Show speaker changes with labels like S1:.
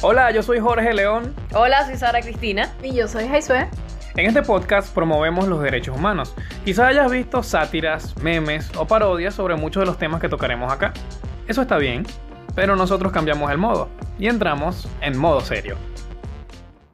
S1: Hola, yo soy Jorge León.
S2: Hola, soy Sara Cristina.
S3: Y yo soy Jaisue.
S1: En este podcast promovemos los derechos humanos. Quizás hayas visto sátiras, memes o parodias sobre muchos de los temas que tocaremos acá. Eso está bien, pero nosotros cambiamos el modo y entramos en modo serio.